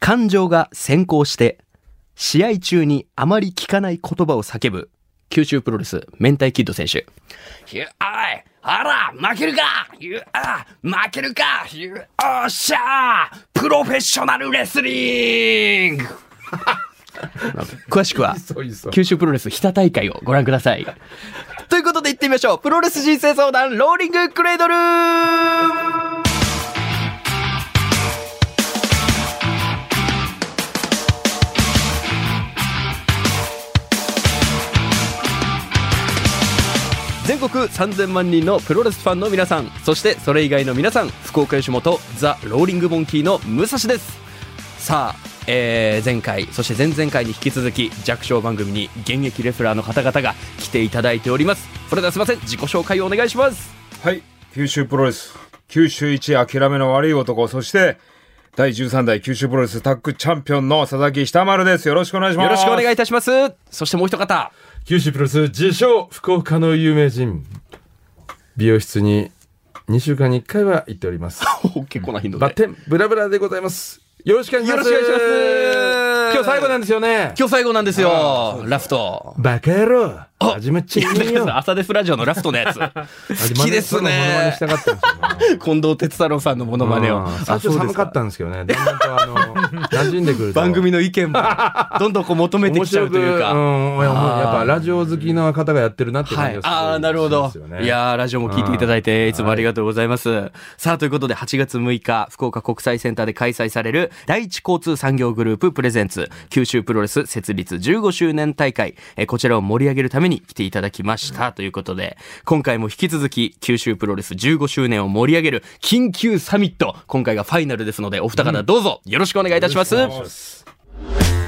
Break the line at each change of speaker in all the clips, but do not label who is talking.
感情が先行して、試合中にあまり聞かない言葉を叫ぶ、九州プロレス、明太キッド選手。
ひゅあいあら負けるかひゅあ負けるかひゅおっしゃープロフェッショナルレスリング
詳しくは、九州プロレス日田大会をご覧ください。ということで行ってみましょう。プロレス人生相談、ローリングクレードル全国3000万人のプロレスファンの皆さんそしてそれ以外の皆さん福岡吉本ザ・ローリングモンキーの武蔵ですさあ、えー前回そして前々回に引き続き弱小番組に現役レスラーの方々が来ていただいておりますそれではすいません自己紹介をお願いします
はい、九州プロレス、九州一諦めの悪い男、そして、第13代九州プロレスタッグチャンピオンの佐々木久丸です。よろしくお願いします。
よろしくお願い
い
いたしますそしてもう一方
九州プロレス自称福岡の有名人美容室に2週間に1回は行っております
結構な頻度
バッテンブラブラでございますよろしくお願いします
よろしくお願いします
今日最後なんですよね
今日最後なんですよラフト
バカ野郎始まっちゃいねえよ
朝ですラジオのラフトの やつ好きですね
そのモノマネしたかったんですよ
近藤哲太郎さんのモノマネを
うん最初寒かったんですけどねだんだんとあの馴染んでくると
番組の意見 もどんどんこう求めて
面
きちゃ
白
うと
く
いうか、
うんやっぱラジオ好きな方がやってるなって
は
感
い
じ、がすごい
ああーなるほど
しますよ、ね
いやーラジオも聞いていただいていつもありがとうございます、さあということで8月6日福岡国際センターで開催される第一交通産業グループプレゼンツ九州プロレス設立15周年大会えーこちらを盛り上げるために来ていただきました、ということで今回も引き続き九州プロレス15周年を盛り上げる緊急サミット今回がファイナルですのでお二方どうぞよろしくお願いいたします、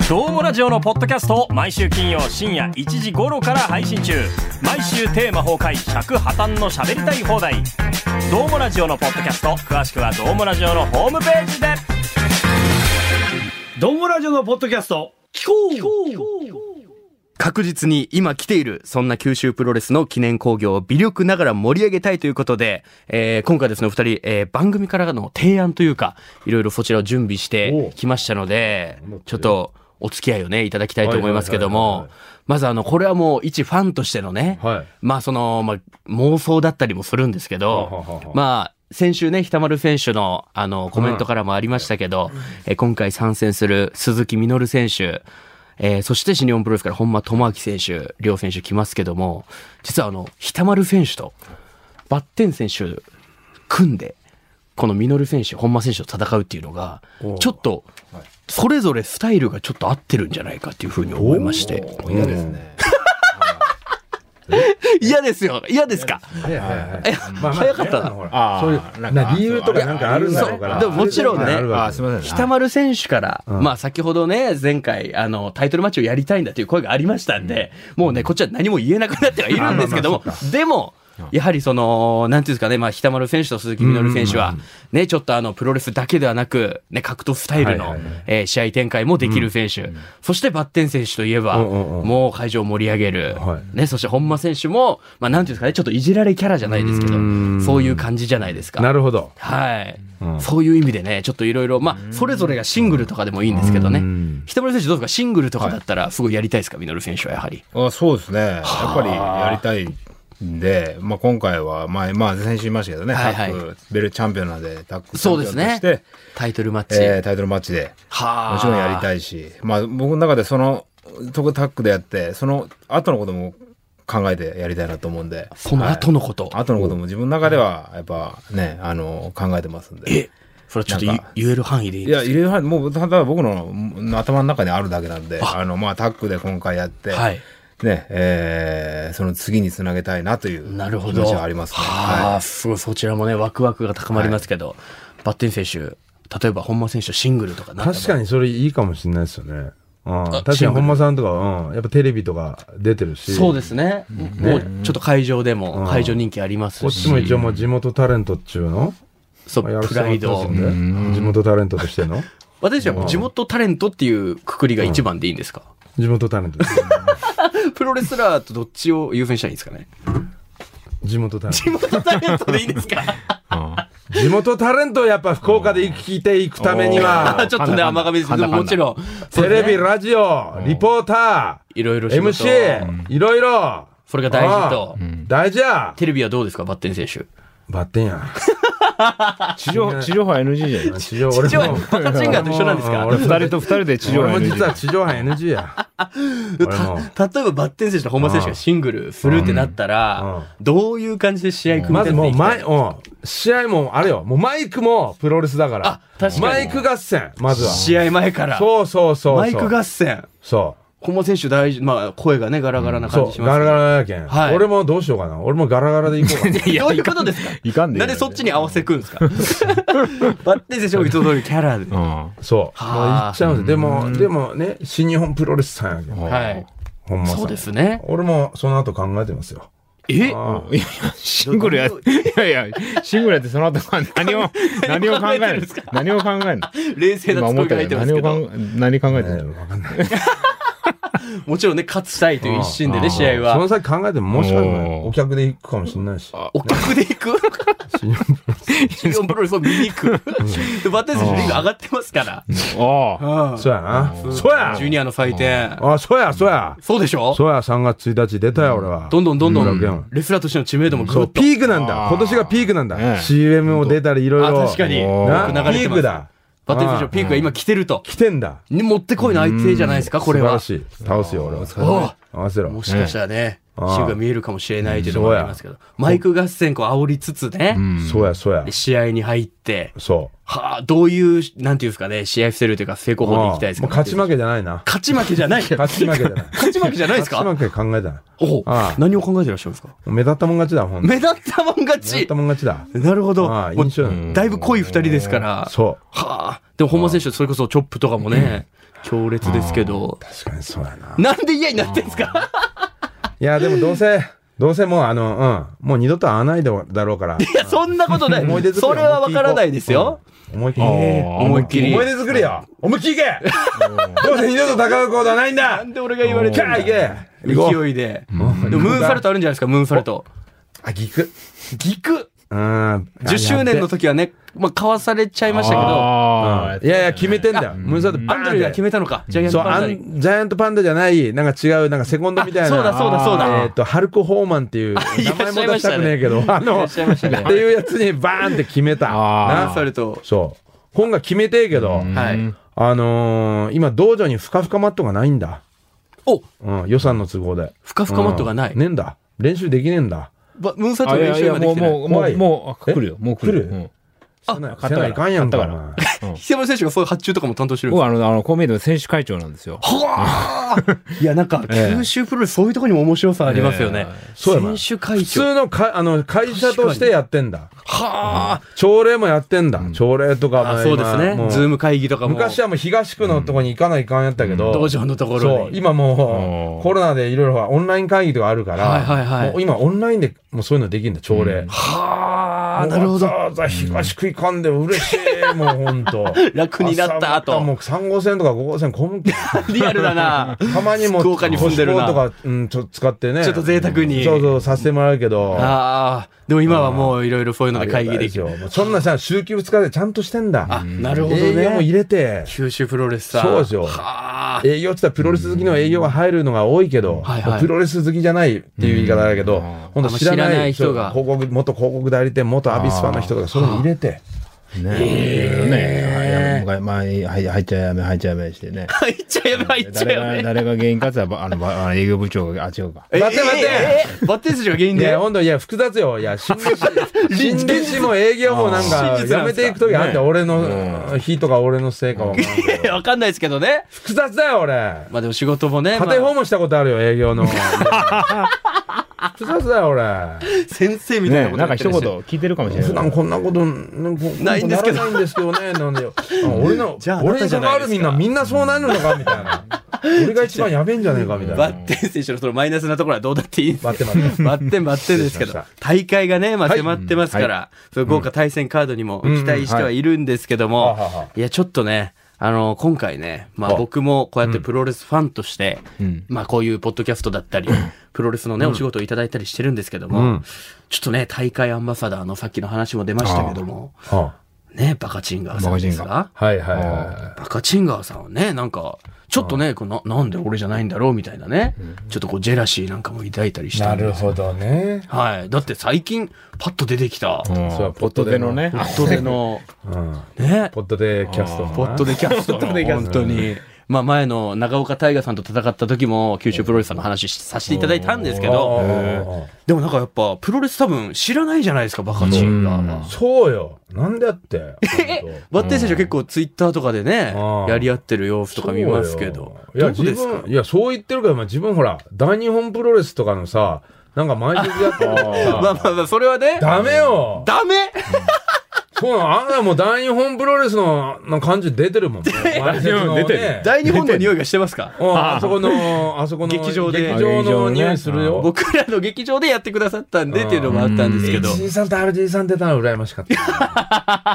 どうもラジオのポッドキャストを毎週金曜深夜1時頃から配信中毎週テーマ崩壊尺破綻の喋りたい放題どうもラジオのポッドキャスト詳しくはどうもラジオのホームページで
どんごラジオのポッドキャスト、聞こう
確実に今来ている、そんな九州プロレスの記念興行を微力ながら盛り上げたいということで、えー今回ですね、お二人、えー番組からの提案というか、いろいろそちらを準備してきましたので、ちょっとお付き合いをね、いただきたいと思いますけど
はいはい
も
はいは、
まずあの、これはもう一ファンとしてのね、
はい
まあその、まあ妄想だったりもするんですけ
ははは
ど、まあ、先週ね、ひたまる選手の、あの、コメントからもありましたけど、えー今回参戦する鈴木みのる選手、えーそして新日本プロレスから本間智明選手、両選手来ますけども、実はあの、ひたまる選手と、バッテン選手、組んで、このミノル選手、本間選手と戦うっていうのが、ちょっと、それぞれスタイルがちょっと合ってるんじゃないかっていうふうに思いまして。
嫌ですね
嫌ですよ嫌ですか
はいはいはい
え
まあまあ
早かったな
嫌ほらそういう
な
なん
か
理由とかなんかあるんだろうから
そうでももちろんね
あるわけ
ません。
北丸選手から、まあ先ほどね、前回、あの、タイトルマッチをやりたいんだという声がありましたんで、もうね、こっちは何も言えなくなってはいるんですけど も、でも、やはりその、なんていうんですかね、まあ、北丸選手と鈴木みのる選手は、ね、ちょっとあの、プロレスだけではなく、ね、格闘スタイルの、
はいはいはい
えー試合展開もできる選手、そしてバッテン選手といえば、
うんうんうん
もう会場を盛り上げる、
はい
ね、そして本間選手も、まあ、なんていうんですかね、ちょっといじられキャラじゃないですけど、
うん
そういう感じじゃないですか。
なるほど
はい、
うん
そういう意味でね、ちょっといろいろ、まあ、それぞれがシングルとかでもいいんですけど
う
ね
ん。
北村選手どうですかシングルとかだったら、すごいやりたいですかミノル選手はやはり。
あそうですね。やっぱりやりたいんで、まあ、今回は、まあ、まあ、先週言いましたけどね、
はいはい
タッグベルチャンピオンなんで、タッグチャ
そう
ンピ
で
オン
す
と
ね
して、
タイトルマッチ。
えータイトルマッチで、
はあ
もちろんやりたいし、まあ、僕の中でその、とこタッグでやって、その後のことも考えてやりたいなと思うんで。
その後のこと。
後のことも自分の中ではやっぱね、あの考えてますんで。
それはちょっと
なん
言
か
言える範囲でいい
い
です
や、入れる範囲もうただ僕のうん頭の中にあるだけなんで、あの、まあ、タッグで今回やって、
はい。
ね、えーその次につなげたいなという
なるほ
気
ど。
持ちはありますね。
はあ、
は
すごい、そちらもね、ワクワクが高まりますけど、バッテン選手、例えば本間選手シングルとかなったら
確かにそれいいかもしれないですよね。うん、確か
シン
に
グル
本間さんとか、うん、やっぱテレビとか出てるし、
そうですね。もう、ちょっと会場でも、
ん
会場人気ありますし。
こっちも一応もう地元タレントっちゅうの
そう、
まあやらせ
プ
ても
ラ
ら
イ
ってま
ド
す。んで地元タレントとしての
私たちはもう地元タレントっていうくくりが一番でいいんですか、
地元タレントです。
プロレスラーとどっ ちを優先したらいいんですかね
地元タレント。
地元タレントでいいですか、
い。
地元タレントをやっぱ福岡で生きていくためには
ちょっとね、甘噛みですけど、もちろん、
テレビ、ラジオ、リポーター、
いろいろ仕事
MC、いろいろ。
それが大事と
ああ。大事や。
テレビはどうですか、バッテン選手。
バッテンや。
地 上、地上波 NG じゃない
地上、
一
俺
応
も、、
バカチンガーと一緒なんです
あ
か
ー俺
二人と二人で地上波
俺も
NG
実は地上波 NG や。俺も。
た例えばバッテン選手と本間選手がシングルするってなったら、どういう感じで試合組み
ま
立てて
ずも
いうきたい
前、うん、試合もあれよ、もうマイクもプロレスだから。
あ確かに
マイク合戦、まずは。
試合前から。
そうそうそうそう。
マイク合戦。
そ
本間選手大事、まあ声がね、ガラガラな
う。そ
感じし
う、
ま
ガ
すけ
ラガ
ど。
ラやけん。
はい
俺もどうしようかな。俺もガラガラでいこうかな。
いやどういうことですか
いかんでいい
なんでそっちに合わせてくん ですかバッテン選手もいつも通りキャラで。
うん
そう。もう
はあ
言っちゃうんですでも、でもね、新日本プロレスさんやけん。
はい。
ほんまさん
そうですね。
俺もその後考えてますよ。
え
あ
いやいやシングルや、いやいや、シングルやってその後何 を、何を考えるんですか何を考えるの
冷静なツッコ
今思っ
ミ
た
が入
け
って
ど、
ます
何
け
を
ど。
考え、何考えて
ー
ん
え
の
ーわかんない。
もちろんね、勝ちたいという一心でね、試合
そ
は。
の先考えても申し訳ない。
おー
お客で行くかもしれないし。
お客で行く
新日本プロレ
新日本プロレスを見に行く。でバッテン選手リーグ上がってますから。
あ
スそうやな。そうや
ジュニアの祭典。
あ、そうや、そうや。
そうでしょ
そうや、3月1日出たよ、俺は。
どんどんどんど
うんん、
レスラーとしての知名度も
そ
グ
う、
ッと。
ピークなんだ
あ。ー
今年がピークなんだ。
ねえ
CM も出たり、いろい
あ、
ろ。
確かに。
お
な
よく流れて
ピー
ます
クだ。
バッテン選手のピークが今来てると。
来てんだ。
に持ってこいの相手じゃないですか、これは。
素晴らしい。倒すよ、俺は。
おう
合わせろ。
もしかしたらね、
ん
シーンが見えるかもしれないというのもありますけど、マイク合戦こう煽りつつね、
そうや、そうや
で。試合に入って、
そ
はあ、どういう、なんていうんですかね、試合伏せるというか、成功
う。
法でい
も
きたいです
う
か
勝ち負
け。
けじゃないな。
勝ち負けじゃない。
勝ち負けじゃない。
勝ち負けじゃないですか
勝ち負け考えたな。
おう
ああ
何を考えてらっしゃるんですか
目立ったもん勝ちだ、ほんと
目立ったもん勝
目立っ
ち
たもん勝ちだ。
なるほど。
ああ、
もう
印象
だいぶ濃い二人ですから。
そう。
はあ。でも本間選手、それこそチョップとかもね、強烈ですけど。
確かにそうや
な
な。
んで嫌になってんすか
いや、でもどうせ、どうせもうあの、うん、もう二度と会わないだろうから。
いや、そんなことない。
思い出作 り
それはわからないですよ。
うん。思いっきり。
ええ思いっきり。
思い出作りよ。思いっきりいけどうせ二度と戦うことはないんだ
なんで俺が言われてん
キャ
だ
ーいけ行こう
勢いで。
うん
でもムーンサルトあるんじゃないですか、ムーンサルト。
あ、ギク。
ギク
うん。10
!10 周年の時はね、まあ、かわされちゃいましたけど、
あ
いやいや、決めてんだよ。ムーンサルト
ア
バーン
ン
って
ドレが決めたのか、ジャイアン
そ
ト
う
パン
あ
ダに。
ん、ジャイアントパンダじゃない、なんか違う、なんかセコンドみたいな。
そうだそうだそうだ
えっと、ハルク・ホーマンっていう、 名
いらっしゃいました
前
ね
も出したくねえけど、あ
いら
の、
っしゃいましたね
っていうやつにバーンって決めた。
ム
あ
ーン
な
サルト。
そう。本が決めてえけど、
はい。
あのー、今、道場にふかふかマットがないんだ。
お
うん、予算の都合で。
ふかふかマットがない
うんねえんだ。練習できねえんだ。
ばムーンサルト
あ。
の
い
練
やい
習
や、
今で
も
き
う、
てない。
もう、も、
怖いう
もう、あ来るよ。もう来る。
来る
うん
あ、な
勝ったから
いかんやんか。
勝ったから
お前
北村選手がそういう発注とかも担当してるんです
僕はあの、あの、こう見えても選手会長なんですよ。
いや、なんか、九州プロレス、そういうところにも面白さありますよね。
そうやな
選手会
普
長。
通のかあの会社としてやってんだ。
はあ。
朝礼もやってんだ。朝礼とかも
あそうです
今も
ね。ズーム会議とかも。
昔はもう東区のとこに行かないかんやったけど、
道場のところに。
そう今も
うん
うコロナでいろいろほらオンライン会議とかあるから、
はいはいはい
もう今オンラインでもうそういうのできるんだ朝礼、
はあ、
もう
なるほど
わ。ざわざ東区行かんで嬉しい、もうほ んと
楽になった後
朝方もう3号線とか5号線混むけど
リアルだな。
たまにも
福岡に住んでるな
都市高とか、うん、ちょっと使ってね
ちょっと贅沢に。
そうそうさせてもらうけど
ああ、でも今はもういろいろそういうので
ありがた
会議
い
ですきる。
よもうそんなさ週休2日でちゃんとしてんだ
あ、なるほど
営業も
ね。
入れて
九州プロレスさん。
そうですよ
はあ。
営業って言ったらプロレス好きの営業が入るのが多いけど、
はいはい
もうプロレス好きじゃないっていう言い方だけど、本当知ら
あんま知らな
ないい
人が
そう広告元広告代理店元アビスファンの人とかそれを入れて
ねいろいろね、はいまあ、はい入っちゃやめ、入っちゃやめしてね。
入っちゃえば入っちゃ
誰
え
が、
ば。
誰が原因かって言ったらばあのば、あの営業部長が、あ、違うか。
え
待て待て
ええバッテン筋が原因
いや
で。
本当いや複雑よいや 新弟子新弟子も営業もなん
あー
か
真実なん
や
で
め
すか
ていく時あんた俺の日とか俺のせいかわからんけど
い やわかんないですけどね。
複雑だよ俺
まあでも仕事もね。まあ
家庭訪問したことあるよ営 業の複雑だよ俺
先生みたいな
ね
こと
なんか一言
やってる
聞いてるかもしれ
普
ない
段。こんなことなんか
ないんですけど
ならないんですけどねなん だよあ俺の
じゃあ
俺
あなた
に
じゃな
関
い
わ
ですか
るみんなみんなそうなるのかみたいな俺が一番やべえんじゃねえかみたい
バ
な
ッテン選手のそのマイナスなところはどうだっていいんですよ
待って 待
バ
って
ッテンバッテンですけ
失礼
ど
しま、
大会がね、まあ迫ってますから、そういう豪華対戦カードにも期待してはいるんですけども
うんうんうんあはは、
いや、ちょっとね、あの、今回ね、まあ僕もこうやってプロレスファンとして、まあこういうポッドキャストだったり、プロレスのね、お仕事をいただいたりしてるんですけども、ちょっとね、大会アンバサダーのさっきの話も出ましたけども、
あ
ね、バカチンガーさんです
バ
が、
はいはいは
バカチンガーさんはね、なんか、ちょっとね、このなんで俺じゃないんだろうみたいなね、ちょっとこうジェラシーなんかも抱いたりし
い。
て。
ほどね。
はい。だって最近、パッと出てきた、
そうポッドで
でのね。
ポットでの、
うん
ね、
ポッドでキャスト。
ポットでキャストの。本当に。まあ前の長岡大河さんと戦った時も九州プロレスさんの話しさせていただいたんですけ
あ
ど、
ー
でもなんかやっぱプロレス多分知らないじゃないですか、バカチンガーは。
そうよ。なんでやって。
バッテン選手は結構ツイッターとかでね
う、ん
やり合ってる様子とか見ますけど。
そうよいや、
どう
自
ですか
分、いや、そう言ってるから、まあ、自分ほら、大日本プロレスとかのさ、なんか毎日やってるからさ
まあまあまあ、それはね、
ダメよ
ダメ
そうなの、あんなもう大日本プロレスのの感じ出てるもん。 大
日本出てる
大日本の匂いがしてますか
うんあそ この、あそこの
劇場で
劇場の匂いするよ。
僕らの劇場でやってくださったんでっていうのもあったんですけど、
G さんと RG さん出たの羨ましかった。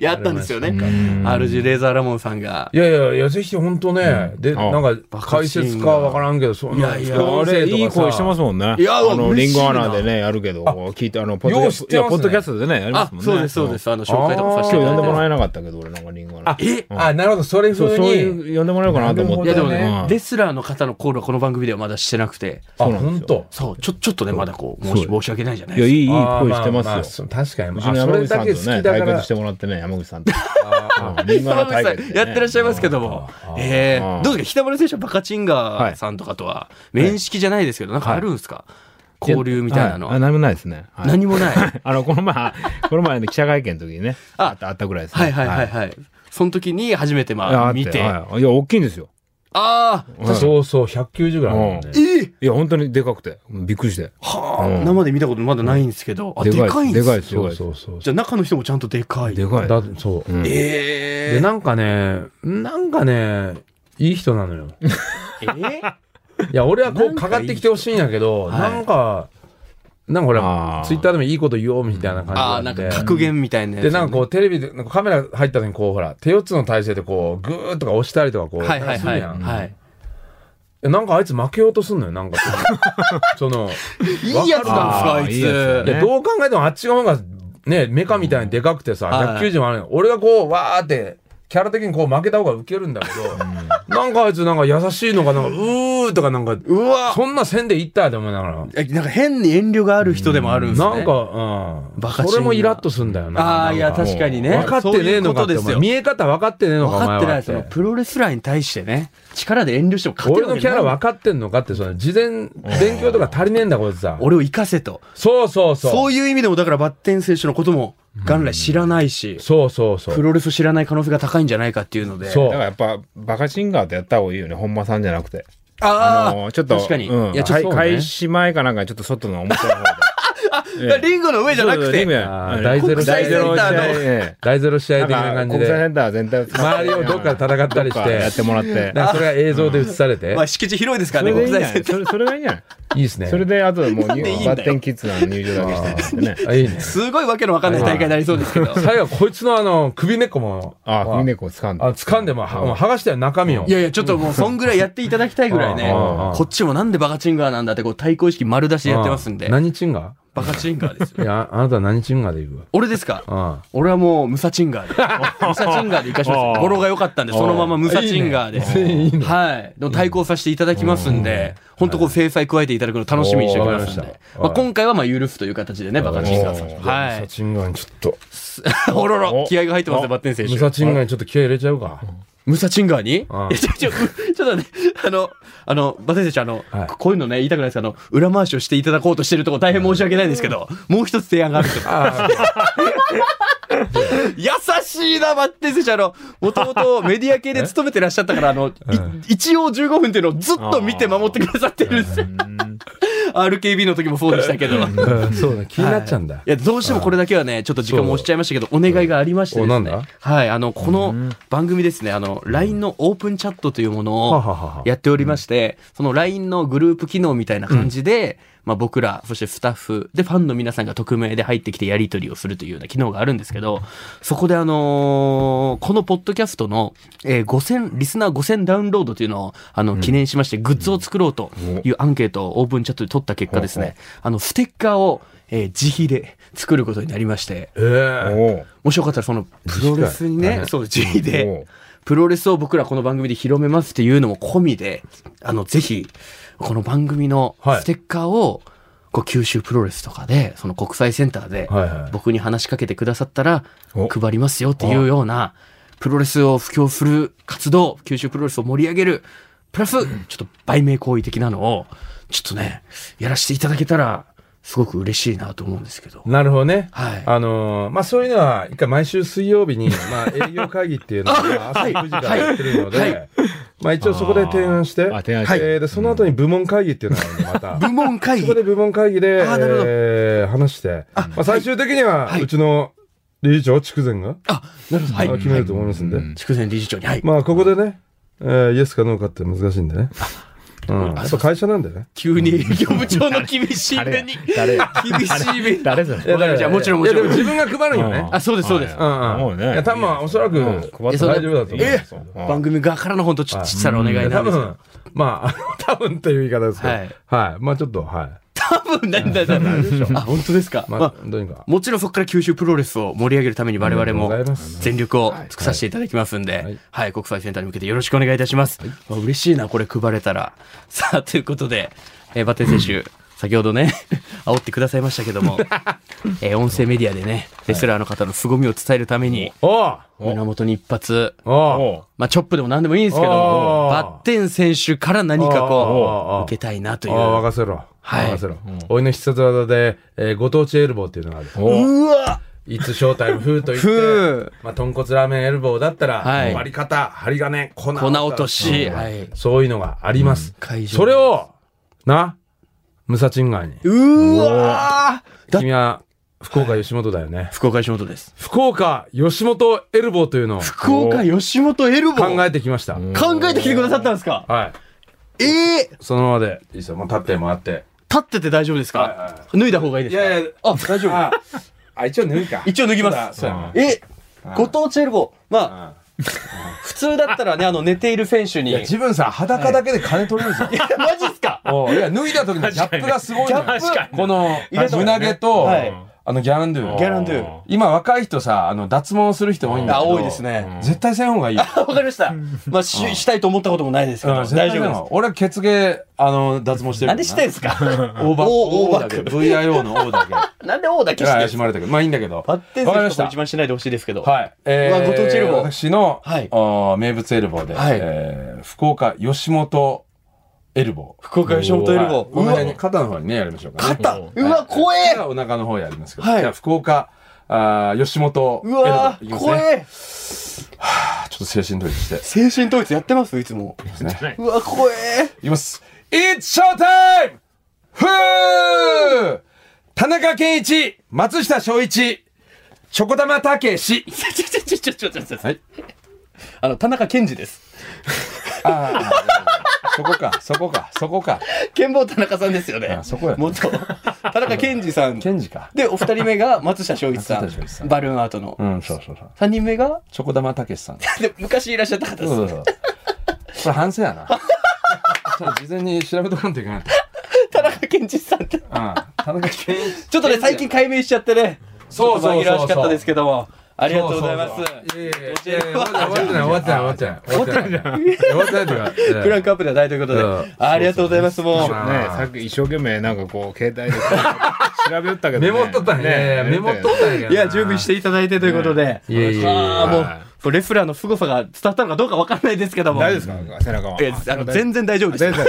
やったんですよね。RG レーザーラモンさんが。
いやいや、いや、ぜひ本当ね、で、なんか、解説かわからんけど、そんな、
いやいや
副
あ
音声とかさ
れ、いい声してますもんね。
いや
あの、
嬉
リ
し
ン
いな
ゴアナでね、やるけど、聞いて、あの、ポッドキャス
よう知っ
ト、
て
い
ますね
や、ポッドキャストでね、やりま
あ
すもんね。。
そうですそうですすあの紹介とかさせて
今日呼ん
いた
で
だい
も
て
らえなかったけど、俺なんかリンゴアナ。
え
あ、なるほど、それ
そう、
風
そう
に。
いう、呼んでもらえるかなと思って。
いやでもね
う、ん
レスラーの方のコールはこの番組ではまだしてなくて、
あ、本当。
そう、ちょ、ちょっとね、まだこう、申し申し訳ないじゃない
いや、
で
い
すか。
い、いい
あー
声
まあ
してます
ま
よ
あ。そ確かに。
う
ま
ち
あ、
の
そ
山
れ
口さ
だ
ん
け
と
好き
ね、
だか
対決
ら
して。もらってね、山口さんと。うん リンゴア
山
ナ
口
対
さ
決
ん
でね。
やってらっしゃいますけども、えーどうですか、北村選手はバカチンガーさんとかとは、面識じゃないですけど、なんかあるんですか交流みたいなの
はあ、
は。
何もないですね。はい
何も ない。
あの、この前、この前の記者会見の時にね、
あ
あった、あったぐらいですね。
はいはいはいはい。その時に初めて
いや
まあ
あって
見て、あ
はいいや、大きいんですよ。
あー、
そうそう、190ぐらいあるもんね。
いや、本当にでかくて、びっくりして。
はあ、生で見たことまだないんですけど、あ、でかいんで
ですかいです、で
そ
かいうです。
そうそう。
じゃあ中の人もちゃんとでかい。
でかい。
だそう。
え
で、なんかね、なんかね、いい人なのよ。
え ー
いや、俺はこう、かかってきてほしいんやけど、
い
なんか、なんかほら
あ、ー
ツイッターでもいいこと言おうみたいな感じ
ああ、
な
なんん
で
か。格言みたいなやつ
で、なんかこう、テレビで、なんかカメラ入った時にこう、ほら、手四つの体勢でこう、ぐーっとか押したりとかこう、
はいはい
す
は
る
い。
やん
はい。
えなんかあいつ負けようとすんのよ、なんか。その、
いいやつなんですか、あい
いいや
つ
つ。
いや、どう考えてもあっちの方が、ね、メカみたいにでかくてさ、
はい
190もあるのよ俺がこう、わーって、キャラ的にこう負けた方がウケるんだけど、なんかあいつなんか優しいのかなんか、うーとかなんか、
うわ
そんな線でいったやと思いながら。
えなんか変に遠慮がある人でもあるんですね。
なん。か、うん。
バカチンが
それもイラッとすんだよな。
ああ、いや、確かにね。
分かってねえのかって、
そういう
お
ことです
前
よ。
見え方分かってねえのか、
分
お前
か
は
っ
ってて。
ない。そのプロレスラーに対してね、力で遠慮しても勝て
俺
るわ
の
け
キ
ない
ャラ分かってんのかって、その、事前、勉強とか足りねえんだ、こいつさ。
俺を生かせと。
そうそうそう。
そういう意味でも、だからバッテン選手のことも元来知らないし、
そうそうそう
プ。ロレスを知らない可能性が高いんじゃないかっていうので。
そう
だからやっぱ、バカシンガーってやった方がいいよね、本間さんじゃなくて。
あ
の
あ、
ちょっと、
確かに。
うん
いや、ちょっと、
かい開始前かなんか、ちょっと外の表の方で。
あリンゴの上じゃなくて、
あー
大
大ゼロ
国際センターの
の。
第ゼロ試合
なん
的な
か
感じ
国際セ
で、
ンター全体を使って
周りをどっかで戦ったりし、
どっかやっててもらって。
なんかそれが映像で映されて
まあ、、敷地広いですか
そ
らね、
れでいい
国
んじゃ
際
ないそ
線
れそれがいいんじゃない
いいですね。
それで、あともう、バ
でいいんだよ
ッテンキッズの入場だけしてもらってね。
あいいね。
すごいわけのわかんない大会になりそうですけど。
最後、こいつのあの、首根っこも、
ああ、文猫を掴ん
あ
だ。
掴んでもう、はもう剥がしたよ、中身を
い。やいや、ちょっともう、そんぐらいやっていただきたいぐらいね。
ああ
こっちもなんでバカチンガーなんだって、こう、対抗意識丸出しでやってますん
う
で。
何チンガ
バカチンガーです
い
よ。
や、ああなたは何チンガで言うわ。
俺ですか
あ
俺はもう、ムサチンガーで。ムサチンガーで行かします。語呂が良かったんで、そのままムサチンガーで。はい。でも対抗させていただきますんで、本当こう、制裁加えていただくの楽しみにしておきますん
おーわかり
で
ま。した
まあ今回はまあ、許すという形でね、バカチンガーさん
あ。
は
ムサ
い。
チンガにちょっと、
おろろ、気合が入ってますね、バッテン選
ム
手。
サチンガにちょっと気合入れちゃうか。
ムサチンガーにい
ああ
や、ちょ、ちょ、うち ょっとね、あの、あの、バテ選手、あの、
はい
ここういうのね、言いたくないですけど、あの裏回しをしていただこうとしてるとこ大変申し訳ないんですけど、もう一つ提案があると か。優しいな、バッテ選手、あの、もともとメディア系で勤めてらっしゃったから、あの、い一応15分っていうのをずっと見て守ってくださってるんですよ。RKB の時もそうでしたけど。
うんそうだ、気になっちゃうん
は
だ
いい。や、どうしてもこれだけはね、ちょっと時間も押しちゃいましたけど、お願いがありましてで
おな
す
ん
ね
だ。
はい、あの、この番組ですね、あの、LINE のオープンチャットというもの
ははは
を
は
やっておりまして、その LINE のグループ機能みたいな感じで、まあ、僕ら、そしてスタッフ、で、ファンの皆さんが匿名で入ってきてやり取りをするというような機能があるんですけど、そこであのーこのポッドキャストの、えー5000、リスナー5000ダウンロードというのを、あの、記念しまして、グッズを作ろうというアンケートをオープンチャットで取った結果ですね、あの、ステッカーを、えー自費で作ることになりまして、
ええ
おう
もしよかったらそのプロレスにね、そう、自費
おう
で、プロレスを僕らこの番組で広めますっていうのも込みで、あの、ぜひ、この番組の
はい
ステッカーを、こう、九州プロレスとかで、その国際センターで
はいはい、
僕に話しかけてくださったら
お、
配りますよっていうような、プロレスを布教する活動、九州プロレスを盛り上げる、プラス、ちょっと売名行為的なのを、ちょっとね、やらせていただけたら、すごく嬉しいなと思うんですけ ど。
なるほどね。
はい
あのーまあ、そういうのは、一回毎週水 曜日に、まあ、営業会議っていうのをまあ朝9時からやってるので、まあ、一応そこで提案して、
あ提案して
えーで、その後に部門会議っていうのがまた、
部門会
そ
議
こで部門会議で、
あーなるほど
えー話して、まあ、最終的には、うちの理事長、筑前が、
あ、なるほど。 はい
あ。の決めると思いますんで、
筑前理事長に、はい。
まあ、ここでね、えーイエスかノーかって難しいんでね。うん、やっぱ会社なんでね。
急に営業部長の厳しい目 に。
誰
厳しい目に。
誰それ
わかりましたもちろんもちろん
いやでも自分が配るんよね。
あ、そうです、そうです。
うんうん。
もうね
いや、多分、おそらく、
うん配って
大丈夫だと思う。
え番組側からの本当ちょっとちっさなお願い
多
なんですよ
分、まああ の、多分という言い方ですけど、
は
はいい。まあちょっと、はい。
多分、なんだ、なんだ。あ、本当ですか。
まあ、
まあ、
どうにか。
もちろんそこから九州プロレスを盛り上げるために我々も
ありがとうございます
全力を尽くさせていただきますんで
い、
はい、国際センターに向けてよろしくお願いいたします。あ嬉しいな、これ配れたら。 さあ、ということで、えーバテン選手、先ほどね、煽ってくださいましたけど も、えー音声メディアでね、レスラーの方の凄みを伝えるために、
おう
胸元に一発、
おう
まあ、チョップでも何でもいいんですけど
お
も、
ー
バッテン選手から何か
お
こ
ー
う、受けたいなという。
ああ、任せろ。
はい
任せろ。おいの必殺技で、えーご当地エルボーっていうのがある。
うわ
いつショータイム風と言
ふ
っ
う
て、まあ、豚骨ラーメンエルボーだったら、
はい
割り方、針金、粉
粉落とし、はい。
そういうのがあります。
会場
それを、な、ムサチンガーに。
うわだ
君は、福岡吉本だよね。
福岡吉本です。
福岡吉本エルボーというのを
福岡吉本エルボ
考
ー
えてきました。
考えてきてくださったんですか
はい。
ええ
そのままで。いいですよ。もう立ってもらって。
立ってて大丈夫です
はいはい
か脱いだ方がいいですか
やいや、
あ、大丈夫。
あ、あ一応脱ぐか。
一応脱ぎます。
そうやな。
えご当地エルボー。まあ、普通だったらね、あの、寝ている選手に。
いや、自分さ、裸だけで金取れるぞ。
マジっすか
おういや、脱いだ時のギャップがすごいのよこの、
入れたもんね
胸毛と
はい、
あの、ギャランドゥ。
ギャランドゥ。
今、若い人さ、あの、脱毛する人多いんだ
あ、
けど。
多いです。ね。
絶対せん 方がいいよ。
わかりました。まあ、し、したいと思ったこともないですけど、
うん
大
絶対せ
丈夫
ん方
で
が
す
いい。。俺、ケツ毛、あの、脱毛してる。
なんでしてんすか
大バック。
お
大
大
だ
バ
け。
ック
VIO の大だけ。
なんで王だけ
いや
して
怪しまれたけど。まあいいんだけど。
バッテン
わか
選
りま
手と
した
か一番しないでほしいですけど。
はい。え
うわご当地エルボー
私の、
はい
あー名物エルボーで、
はい
えー福岡吉本エルボー。
福岡吉本エルボー
この辺に
うわ
肩の方にね、やりましょうか、ね。
肩うわ、怖え
お腹の方やりますけど。
はい
じゃあ福岡、あー吉本エ
う
ルボ
わ
ーいきます
怖
ね。
え
ちょっと精神統一して。い
精神統一やってますいつも。うわ、怖え
きます。It's showtime! ふー田中健一、松下昭一、チョコ玉たけし。
ちょちょちょちょちょちょちょ。
はい。
あの、田中健二です。
ああ、そこか、そこか、そこか。
剣坊田中さんですよね
あ。そこや
元、田中健二さん。
ケンジか。
で、お二人目が松下昭一さ
松下昭一さ
ん。
ん
バルーンアートの
う。ん、そうそうそう。
三人目が、
チョコ玉たけしさん。そ
で昔いらっしゃった方で
う
す。
そうそう。これ反省やな。ちょっと事前に調べとかんといけない。
田中健二さんって。
うん。田中健一。
ちょっとね、最近解明しちゃってね。
そうそうそうそう
ちょっと紛らわしかったですけども。あ
あ
りがとうございます。
いやいやいや終わってない、終わってない、終わってない。終わってない。終わってない。終わってないというか。
クランクアップではないということで
うん。
ありがとうございます。もう。
う
ねさっき一生懸命なんかこう携帯で調べよったけどね
メモっとったんやね。メモっとったんや。。
いや、準備してていただいてということで。
いやいやい
ああ、
や。
もう
はい、
これレスラーの凄さが伝わったのかどうかわからないですけども。
大丈夫ですか背中は
えあの全然大丈夫です。
全然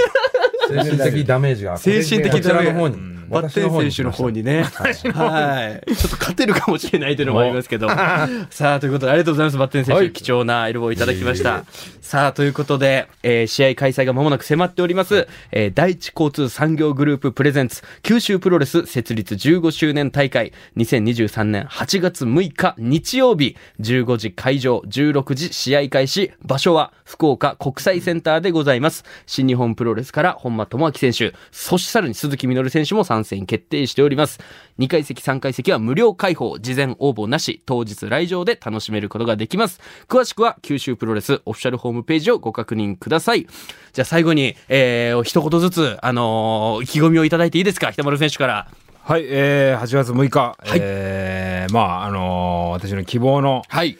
精神的ダメージが。
精神的
こちらの方に。
バッテン選手の方にね。はい。ちょっと勝てるかもしれないというのもありますけど。 さあ、ということで、ありがとうございます、バッテン選手。貴重なエルボーいただきました。さあ、ということで、えー試合開催が間もなく迫っております、えー第一交通産業グループプレゼンツ、九州プロレス設立15周年大会、2023年8月6日日曜日、15時会場、16時試合開始、場所は福岡国際センターでございます。新日本プロレスから本間智明選手、そしてさらに鈴木みのる選手も参戦決定しております。2階席、3階席は無料開放、事前応募なし、当日来場で楽しめることができます。詳しくは九州プロレスオフィシャルホームページをご確認ください。じゃあ最後に、えー、一言ずつ、あのー意気込みをいただいていいですか、北丸選手から。
はい、えー、8月6日、えーまあ、あのー私の希望の、
はい。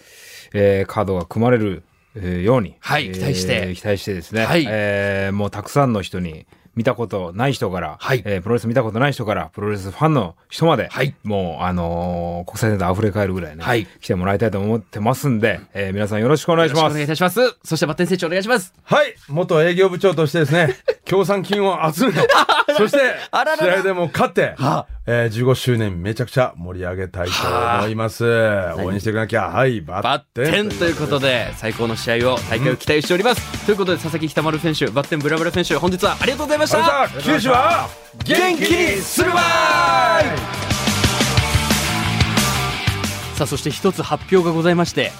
えーカードが組まれる、えーように、
はい
えー
期待して
期待してですね、
はい
えーもうたくさんの人に見たことない人から、
はい
えープロレス見たことない人からプロレスファンの人まで、
はい
もう、あのー国際センター溢れ返るぐらいね、
はい
来てもらいたいと思ってますんで、えー皆さんよろしくお願いし
よろしく
ま
お
す
願いい。たします。そしてバッテン選手お願いします。
はい元営業部長としてで すね協賛金を集めそして
あららら
試合でも勝って、えー、15周年めちゃくちゃ盛り上げたいと思います応援していかなきゃはいバ
バッ
ッテ
テ
ン
ンということで、最高の試合を、大会を期待しております。ということで、佐々木北丸選手、バッテンブラブラ選手、本日はありがとうございまし
さ
た。
あ九州は元気にするばい
さあそして一つ発表がございまして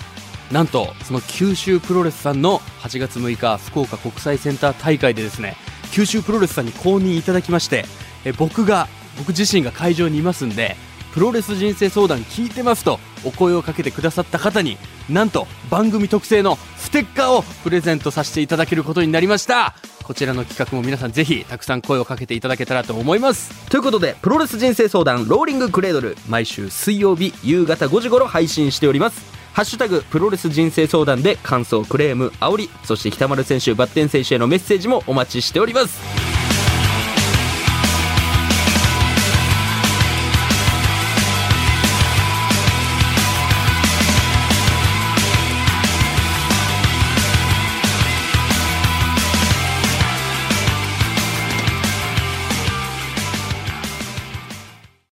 なんとその九州プロレスさんの8月6日福岡国際センター大会でですね九州プロレスさんに公認いただきましてえ僕が僕自身が会場にいますんでプロレス人生相談聞いてますとお声をかけてくださった方になんと番組特製のステッカーをプレゼントさせていただけることになりましたこちらの企画も皆さんぜひたくさん声をかけていただけたらと思いますということでプロレス人生相談ローリングクレードル毎週水曜日夕方5時頃配信しておりますハッシュタグプロレス人生相談で感想クレーム煽りそして北丸選手バッテン選手へのメッセージもお待ちしております